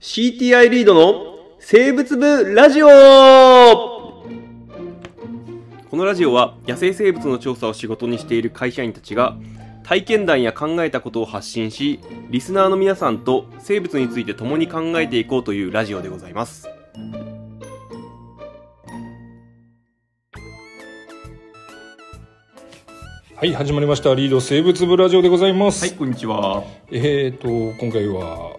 CTI リードの生物部ラジオこのラジオは野生生物の調査を仕事にしている会社員たちが体験談や考えたことを発信しリスナーの皆さんと生物について共に考えていこうというラジオでございますはい、始まりました。リード生物部ラジオでございます。こんにちはえっ、と、今回は、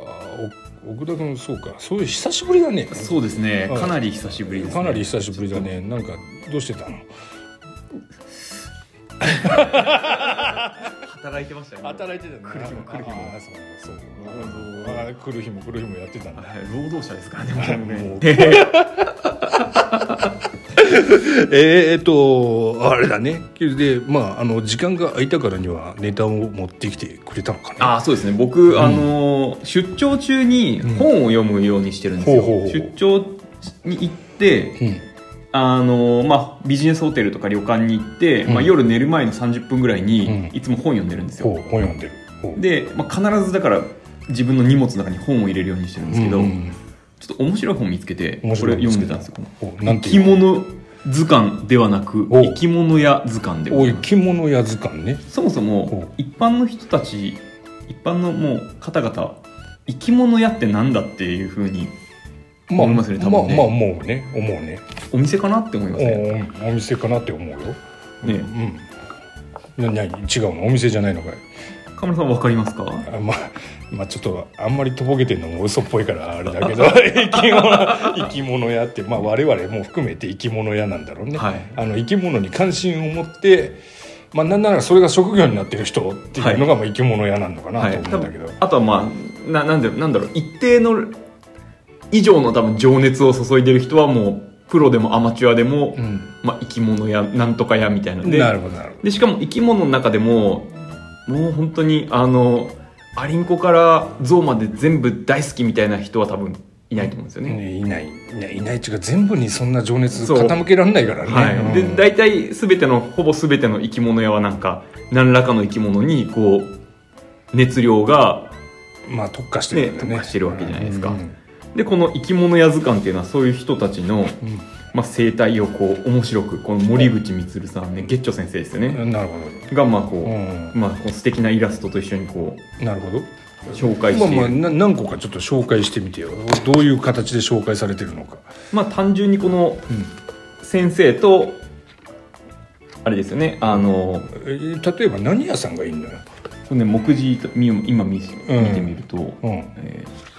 お奥田君、そうか、そういう久しぶりだね。そうですね、はいかなり久しぶりです、ね。かなり久しぶりだね。なんか、どうしてたの働いてましたね。働いてたね。来る日も来る日も。そうそうあ来る日も来る日もやってたんだ。はい労働者ですからね。完全にもうえーっとあれだねでまああの時間が空いたからにはネタを持ってきてくれたのかなあそうですね僕、あのー出張中にうん本を読むようにしてるんですよ、ほうほうほう出張に行ってうんあのー、まあ、ビジネスホテルとか旅館に行って、うんまあ、夜寝る前の30分ぐらいにうんいつも本読んでるんですほうよ、本読んでるほうで、まあ、必ずだから自分の荷物の中に本を入れるようにしてるんですけど、うんうんちょっと面白い本見つけてこ面れ白い本見読つんけでたたんですよこのほうなん生てきいう物図鑑ではなくお生き物や図鑑でごおざ生いますき物や図鑑ねそもほそうも一般の人たち一般のもう方々生き物屋ってなんだっていうふうにまあ、思いますね多分ねまあ、まあ、思うね、思うね。お店かなって思いますねお、お店かなって思うよ。ねうん。な、なに、違うの、お店じゃないのかい。カメラさんわかりますかあまあ、まあ、ちょっと、あんまりとぼけてんのも嘘っぽいから、あれだけ ど。生き物、生き物屋って、まあ、我々も含めて生き物屋なんだろうね。はいあの、生き物に関心を持って。まあ、なんなら、それが職業になってる人っていうのが、まあ、生き物屋なんのかなはいと思うんだけど。あとはまあななんだろうなんだろう一定の以上の多分情熱を注いでる人はもうプロでもアマチュアでも、うん。まあ、生き物屋なんとか屋みたいなのでなるほど、なるほでしかも生き物の中でももう本当にあのアリンコからゾウまで全部大好きみたいな人は多分いないと思うんですよど。ね。ね、いない、いない、いないっていうか、全部にそんな情熱そう傾けられないからね。はい、うんで大体全てのほぼ全ての生き物やはなんか何らかの生き物にこう熱量がまあ特化してるんだよねね特化してるわけじゃないですかうんうんでこの生き物屋図鑑っていうのはそういう人たちの、うんまあ、生態をこう面白くこの森口光さんねゲッチョ先生ですよねなるほど、がまあこう、う、まあ、こう素敵なイラストと一緒にこうんなるほど紹介しまてあいるまあな何個かちょっと紹介してみてよどういう形で紹介されてるのか、まあ単純にこのうん先生とあれですよねあのえー例えば何屋さんがいいんだよ、これね目次見よ今見せうん見てみると、うんえー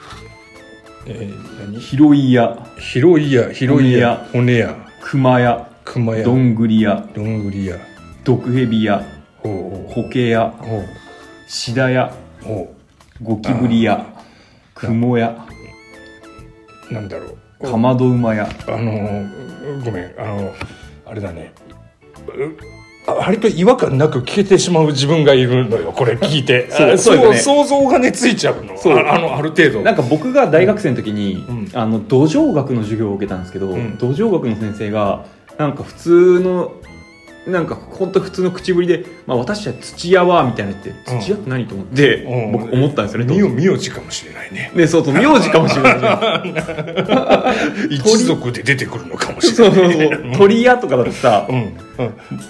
えー、何広い屋広い屋広い屋骨屋熊屋熊屋どんぐり屋どんぐり屋毒蛇屋ほうコケ屋ほうシダ屋ほゴキブリ屋クモ屋うなんだろうかまど馬屋あのーごめんあのーあれだねうあ割と違和感なく聞けてしまう自分がいるのよこれ聞いて そうあそうですね想像がねついちゃうのそうああのある程度なんか僕が大学生の時に、うんあの土壌学の授業を受けたんですけど、ん土壌学の先生がなんか普通のなんか本当普通の口ぶりで「まあ、私たち土屋は」みたいなの言ってうん土屋って何と思って、うん僕思ったんですよね当み時よみよじかもしれないねでそうそう名字かもしれない 一族で出てくるのかもしそれうなそういねそう鳥屋とかだってさうんうん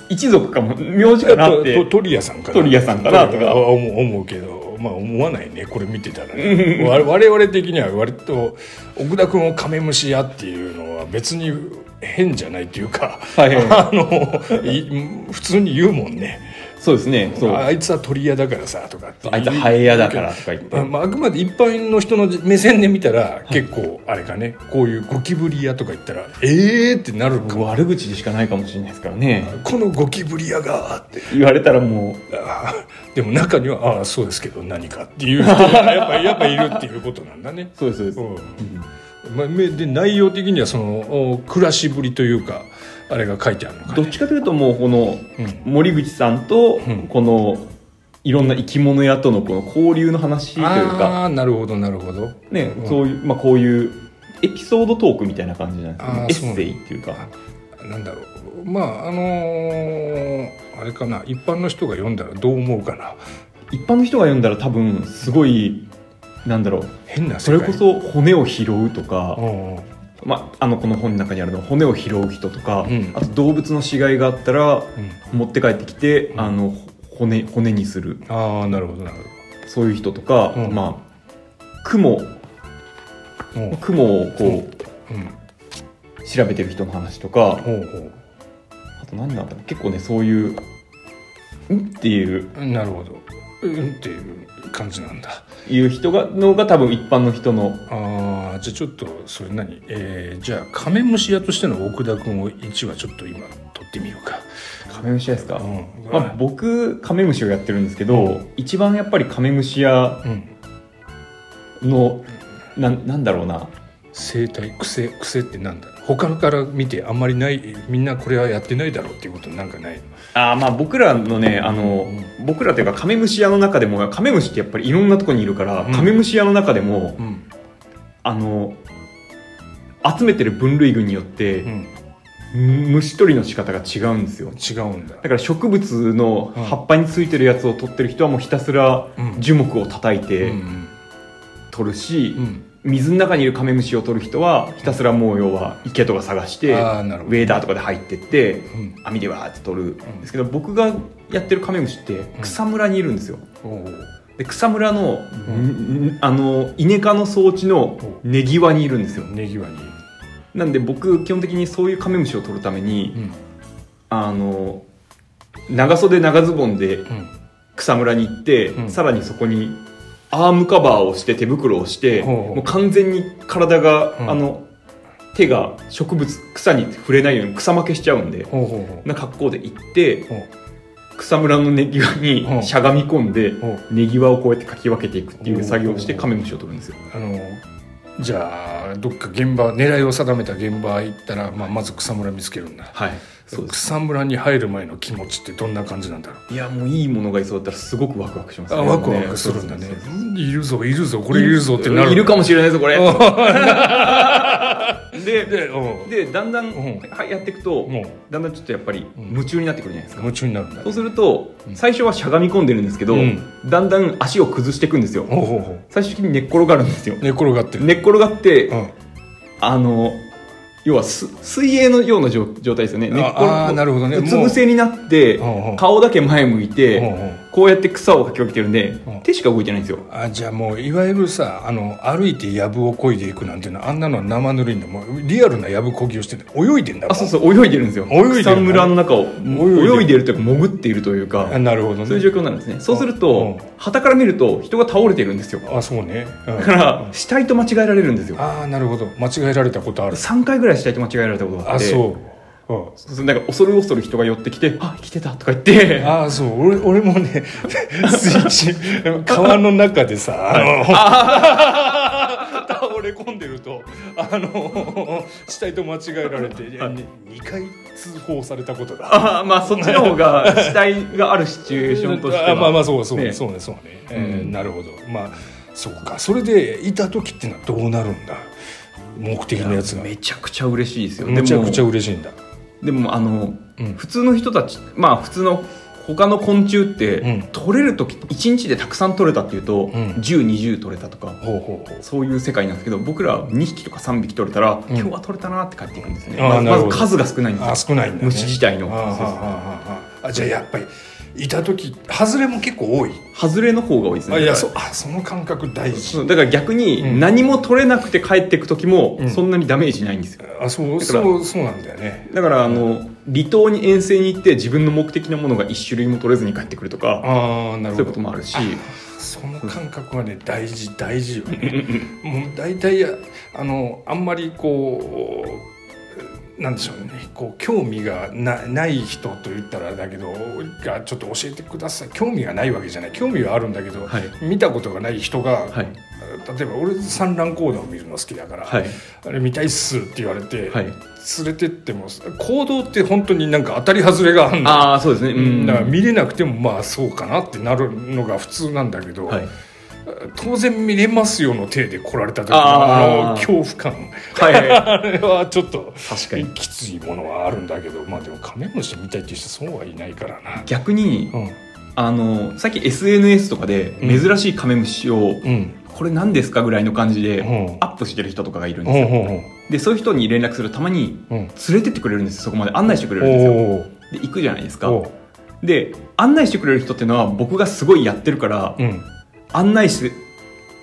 一族かも名字かなっととて鳥屋さんかな鳥屋さんかなとかあ思う思うけどまあ思わないねこれ見てたらねわ我々的には割と奥田君をカメムシ屋っていうのは別に変じゃないというか、はいはいあのい普通に言うもんねそうですねそうああいつは鳥屋だからさとかっていつハエ屋だからとか言ってまあ、まああくまで一般の人の目線で見たら結構あれかねこういうゴキブリ屋とか言ったらええー、ってなるかも悪口でしかないかもしれないですからねこのゴキブリ屋がって言われたらもうあーでも中には「ああそうですけど何か」っていう人がやっぱやっぱいるっていうことなんだね。そうですそうです、うんまあ、めで内容的にはそのお暮らしぶりというかあれが書いてあるのか、どっちかというともうこうのん森口さんとうんこのいろんな生き物屋とのこの交流の話というか、ああなるほどなるほどねうんそういうまあ、こういうエピソードトークみたいな感じじゃないですかあーエッセイっていうかなんだろうまああのーあれかな一般の人が読んだらどう思うかな一般の人が読んだら多分すごいなんだろう変なそ世れ界こそ骨を拾うとか、うんうんまあ、あのこの本の中にあるのは骨を拾う人とか、うんあと動物の死骸があったらうん持って帰ってきて、うんあの骨骨にするああなるほどなるほそういう人とか、うんまあ雲ども雲をこうううん調べてる人の話とかほうあと何なんだろう結構ねそういう「ん?」っていうほうなるほどうんっていう感じなんだいう人がのが多分一般の人のああじゃあちょっとそれ何えー、じゃあカメムシ屋としての奥田君を1話ちょっと今取ってみようかカメムシ屋ですか、うんまあ、僕カメムシをやってるんですけど、一番やっぱりカメムシ屋うんのななんだろうな生態癖癖ってなんだ他から見てあんまりないみんなこれはやってないだろうっていうことなんかないのあーまあ僕らのねあの、僕らというかカメムシ屋の中でもカメムシってやっぱりいろんなとこにいるから、うんカメムシ屋の中でもうんあの集めてる分類群によって、うん虫取りの仕方が違うんですよ違うんだだから植物のうん葉っぱについてるやつを取ってる人はもうひたすらうん樹木を叩いてうん取るし、うん水の中にいるカメムシを取る人はひたすらもう要は池とか探してウあーなるほどェーダーとかで入ってってうん網でわーって取るんですけど僕がやってるカメムシって草むらにいるんですよ。おうで草むらの,んん、んあの稲科の装置の根際にいるんですよネギワになんで僕基本的にそういうカメムシを取るために、うんあの長袖長ズボンでうん草むらに行って、うんさらにそこにアームカバーをして手袋をして、ほうほうもう完全に体が、うんあの手が植物草に触れないように草負けしちゃうんで、ほうほうほうな格好で行ってほう草むらの根際うんにしゃがみ込んで、ほう根際をこうやってかき分けていくっていう作業をしておーカメムシを取るんですよあのじゃあどっか現場狙いを定めた現場行ったら、まあ、まず草むら見つけるんだはいそうです草むらに入る前の気持ちってどんな感じなんだろういやもういいものがいそうだったらすごくワクワクしますあねワクワクするんだねそうそうそういるぞいるぞこれいるぞってなるいるかもしれないぞこれででうんでだんだん、うんはいやっていくと、もだんだんちょっとやっぱりうん夢中になってくるじゃないですうか、夢中になるんだそうするとうん最初はしゃがみ込んでるんですけど、うんだんだん足を崩していくんですよほうほうほう最終的に寝っ転がるんですよ寝転がってる、寝っ転がって、うん、あの要はす水泳のような状状態ですよねあ寝っ転あーなるほどねうつ伏せになってうんうん顔だけ前向いて、うんうんこうやって草をかき分けてるんで、ん手しか動いてないんですよあじゃあもういわゆるさあの歩いてやぶをこいでいくなんていうのはあんなのは生ぬるいんだもうリアルなやぶこぎをしてて泳いでんだもんあそうそう泳いでるんですよ泳いでるの草むらの中を泳いでる泳いでるというか潜っているというかあなるほどねそういう状況なんですねそうするとうん傍から見ると人が倒れてるんですよあそうね、うんだから死体と間違えられるんですよああなるほど間違えられたことある3回ぐらい死体と間違えられたことがああってそう、うんそうそうなんか恐る恐る人が寄ってきて「あ生きてた」とか 言ってああそう俺俺もね 水中川の中でさあの 倒れ込んでるとあの死体と間違えられて、ね、2回通報されたことだあーまあそっちの方が死体があるシチュエーションとしてはあまあまあそうそうねねそうねそうね、えーうんなるほどまあそうかそれでいた時ってのはどうなるんだ目的のやつがめちゃくちゃ嬉しいですよめちゃくちゃでも嬉しいんだでもあの、うん普通の人たちまあ普通の他の昆虫って、うん取れる時1日でたくさん取れたっていうと、うん1020取れたとかほうほうほうそういう世界なんですけど僕ら2匹とか3匹取れたら、ん今日は取れたなって帰っていくんですねあーまずなるほどまず数が少ないんですあよ少ないんだ、ね、虫自体のあーはそうそうーはーはーはーあじゃあやっぱりいた時外れも結構多い外れの方が多いですねあいやそあその感覚大事そうだから逆うんに何も取れなくて帰っていく時もうんそんなにダメージないんですよ、あそうだからそうそうなんだよねだからあの離島に遠征に行って自分の目的のものが1種類も取れずに帰ってくるとかああなるそうほいうこどともあるしその感覚はね大事大事よねもう大体あのあんまりこうなんでしょうねこう興味がなない人と言ったらあれだけどがちょっと教えてください興味がないわけじゃない興味はあるんだけど、はい見たことがない人が、はい例えば俺産卵行動を見るの好きだから、はいあれ見たいっすって言われて、はい連れてっても行動って本当になんか当たり外れがあるんだああそうですねうんだから見れなくてもまあそうかなってなるのが普通なんだけど、はい当然見れますよの体で来られた時のああーの恐怖 感はいはいあれはちょっと確かにきついものはあるんだけどまあでもカメムシみたいっていう人そうはいないからな。逆にうん、あの最近 SNS とかでうん珍しいカメムシを、うんこれ何ですかぐらいの感じで、うんアップしてる人とかがいるんほですうよ、ほうほうでそういう人に連絡するとたまにうん連れてってくれるんですよそこまで案内してくれるんですよおーで行くじゃないですかおーで案内してくれる人っていうのは僕がすごいやってるから、うん案内して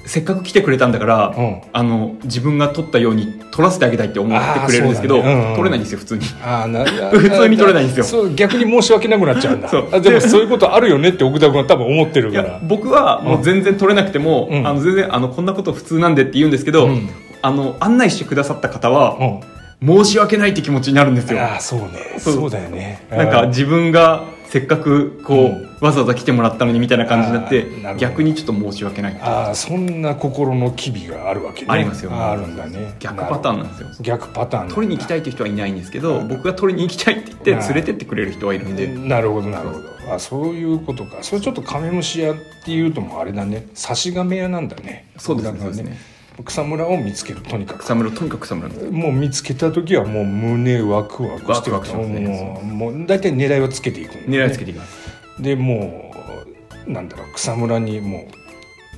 せっかく来てくれたんだから、うんあの自分が撮ったように撮らせてあげたいって思ってくれるんですけあど、ーそうだねうんうん撮れないんですよ普通にああ な普通に取れないんですよそう逆に申し訳なくなっちゃうんだそうあでもそういうことあるよねって奥田君は多分思ってるいかやら僕はもう全然撮れなくても、うんあの全然あのこんなこと普通なんでって言うんですけど、うんあの案内してくださった方うはん申し訳ないって気持ちになるんですよああそうねそそううだよねなんかあー自分がせっかくこう、うんわざわざ来てもらったのにみたいな感じになってあーなるほど逆にちょっと申し訳ないあーそんな心の機微があるわけねありますよあーあるんだね逆パターンなんですよ逆パターン取りに行きたいという人はいないんですけど僕が取りに行きたいって言って連れてってくれる人はいるんで、なるほどなるほどあそういうことかそれちょっとカメムシ屋っていうともうあれだね差し亀屋なんだねそうですねだからそうですね草むらを見つけるとにかく草むらとにかく草むらなんですもう見つけた時はもう胸ワクワクしてるワクワクしますねもうもう大体狙いはつけていくんだね狙いつけていきますでもうなんだろう草むらにもう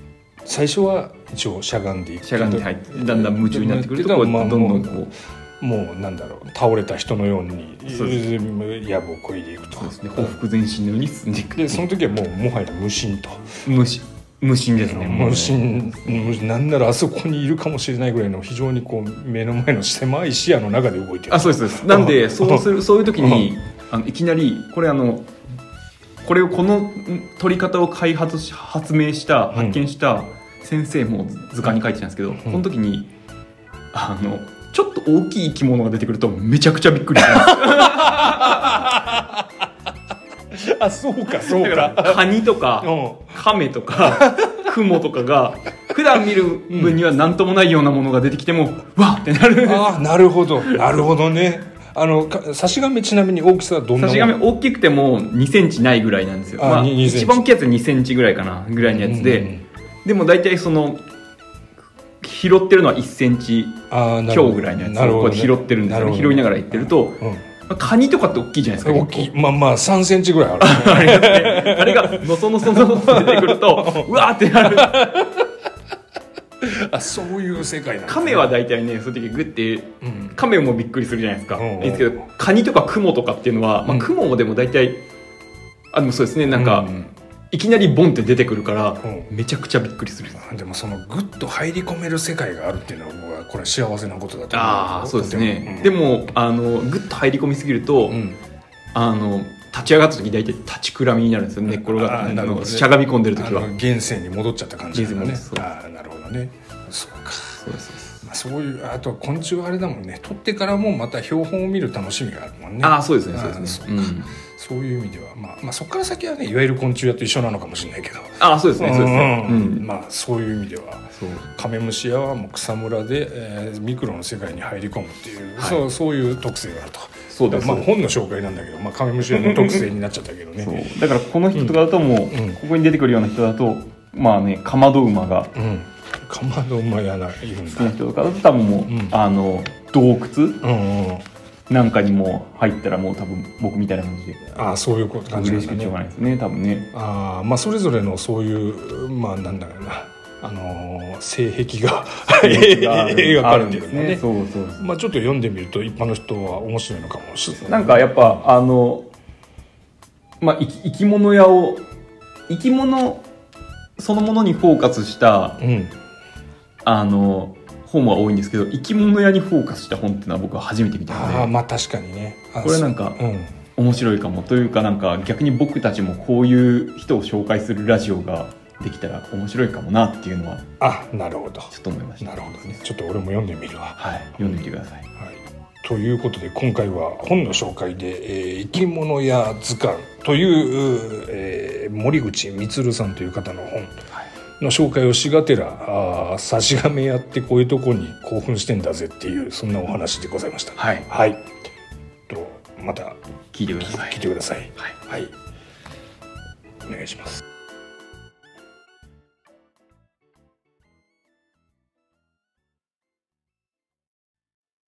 最初は一応しゃがんでいくしゃがんで入ってだんだん夢中になってくるとこうまどあんどんこもううもうなんだろう倒れた人のようにそうで野望をこいでいくとそうですね報復前進のように進んでいくでその時はもうもはや無心と無心無心ですねもう無心無心なんならあそこにいるかもしれないぐらいの非常にこう目の前の狭い視野の中で動いてるあそうですそうですなんうでんそうするそういう時にあのいきなりこれあのこれをこのん取り方を開発し発明したん発見した先生も図鑑に書いてたんですけど、この時にあのちょっと大きい生き物が出てくるとめちゃくちゃびっくりしますあそうかそだからカニとかうんカメとか クモとかが普段見る分には何ともないようなものが出てきても、わっってなるああなるほどなるほどねあのか差し亀ちなみに大きさはどんな差もしの紙大きくても2センチないぐらいなんですよあまあ、に2センチ一番大きいやつ2センチぐらいかなぐらいのやつで、うんうんうんでも大体その拾ってるのは1センチあーなるほ強どぐらいのやつなるをこほどうやっねて拾ってるんですよ、ね、拾いながら行ってると、うんまあカニとかって大きいじゃないですか大きいまあまあ3センチぐらいある、ね、 あれがねあれがのそのそのその出てくるとうわーってなるあそういう世界なんだねカメは大体ねそういう時グッてうんカメもびっくりするじゃないですか、うんですけどカニとかクモとかっていうのは、まあ、うんクモもでも大体あでもそうですねなんか、うんいきなりボンって出てくるから、うんめちゃくちゃびっくりするでもそのグッと入り込める世界があるっていうのは僕はこれは幸せなことだと思うああそうですね、とてでもあのグッと入り込みすぎると、うんうんあの立ち上がった時大体立ちくらみになるんですよ寝っ転がっあて、ーなるほどねしゃがみ込んでるあ時はの現世に戻っちゃった感じだね現世に戻っああなるほどねそうかそうですそうですまあ、そういうあとは昆虫はあれだもんね取ってからもまた標本を見る楽しみがあるもんねああそうですねそうあーですそねうんそういう意味では、まあ、まあそこから先はねいわゆる昆虫屋と一緒なのかもしれないけどああそうですねそうですねううんん、まあそういう意味ではそうカメムシ屋はもう草むらで、えーミクロの世界に入り込むっていう、はいそうそういう特性があるとそうですまあ、そうです本の紹介なんだけど、まあ、カメムシ屋の特性になっちゃったけどそうねだからこの人とかだともうう、んここに出てくるような人だとまあねかまど馬がうんかまど馬屋がいるん好きなだ人とかだと多分もう、んあの洞窟うんうんなんかにも入ったらもう多分僕みたいな感じでああそういうこと感じ嬉でしすくてしょうがねないですね多分 ねああまあそれぞれのそういうまあなんだろうなあのー性癖が描かれてるんだねそうそうそまあ、ちょっと読んでみると一般の人は面白いのかもしれなういなんかやっぱあのまあ生き生き物屋を生き物そのものにフォーカスしたうんあの本は多いんですけど生き物屋にフォーカスした本っていうのは僕は初めて見たああのでまあ確かにねあこれなんかそううん面白いかもというかなんか逆に僕たちもこういう人を紹介するラジオができたら面白いかもなっていうのはあなるほどちょっと思いましたなるほどねちょっと俺も読んでみるわ、はい読んでみてくださはいい、ということで今回は本の紹介で「えー生き物や図鑑」といううー、えー森口充さんという方の本の紹介をしがてらあー差し亀やってこういうとこに興奮してんだぜっていうそんなお話でございましたはいはいとまた聞いてください聞いてくださいはいはい、お願いします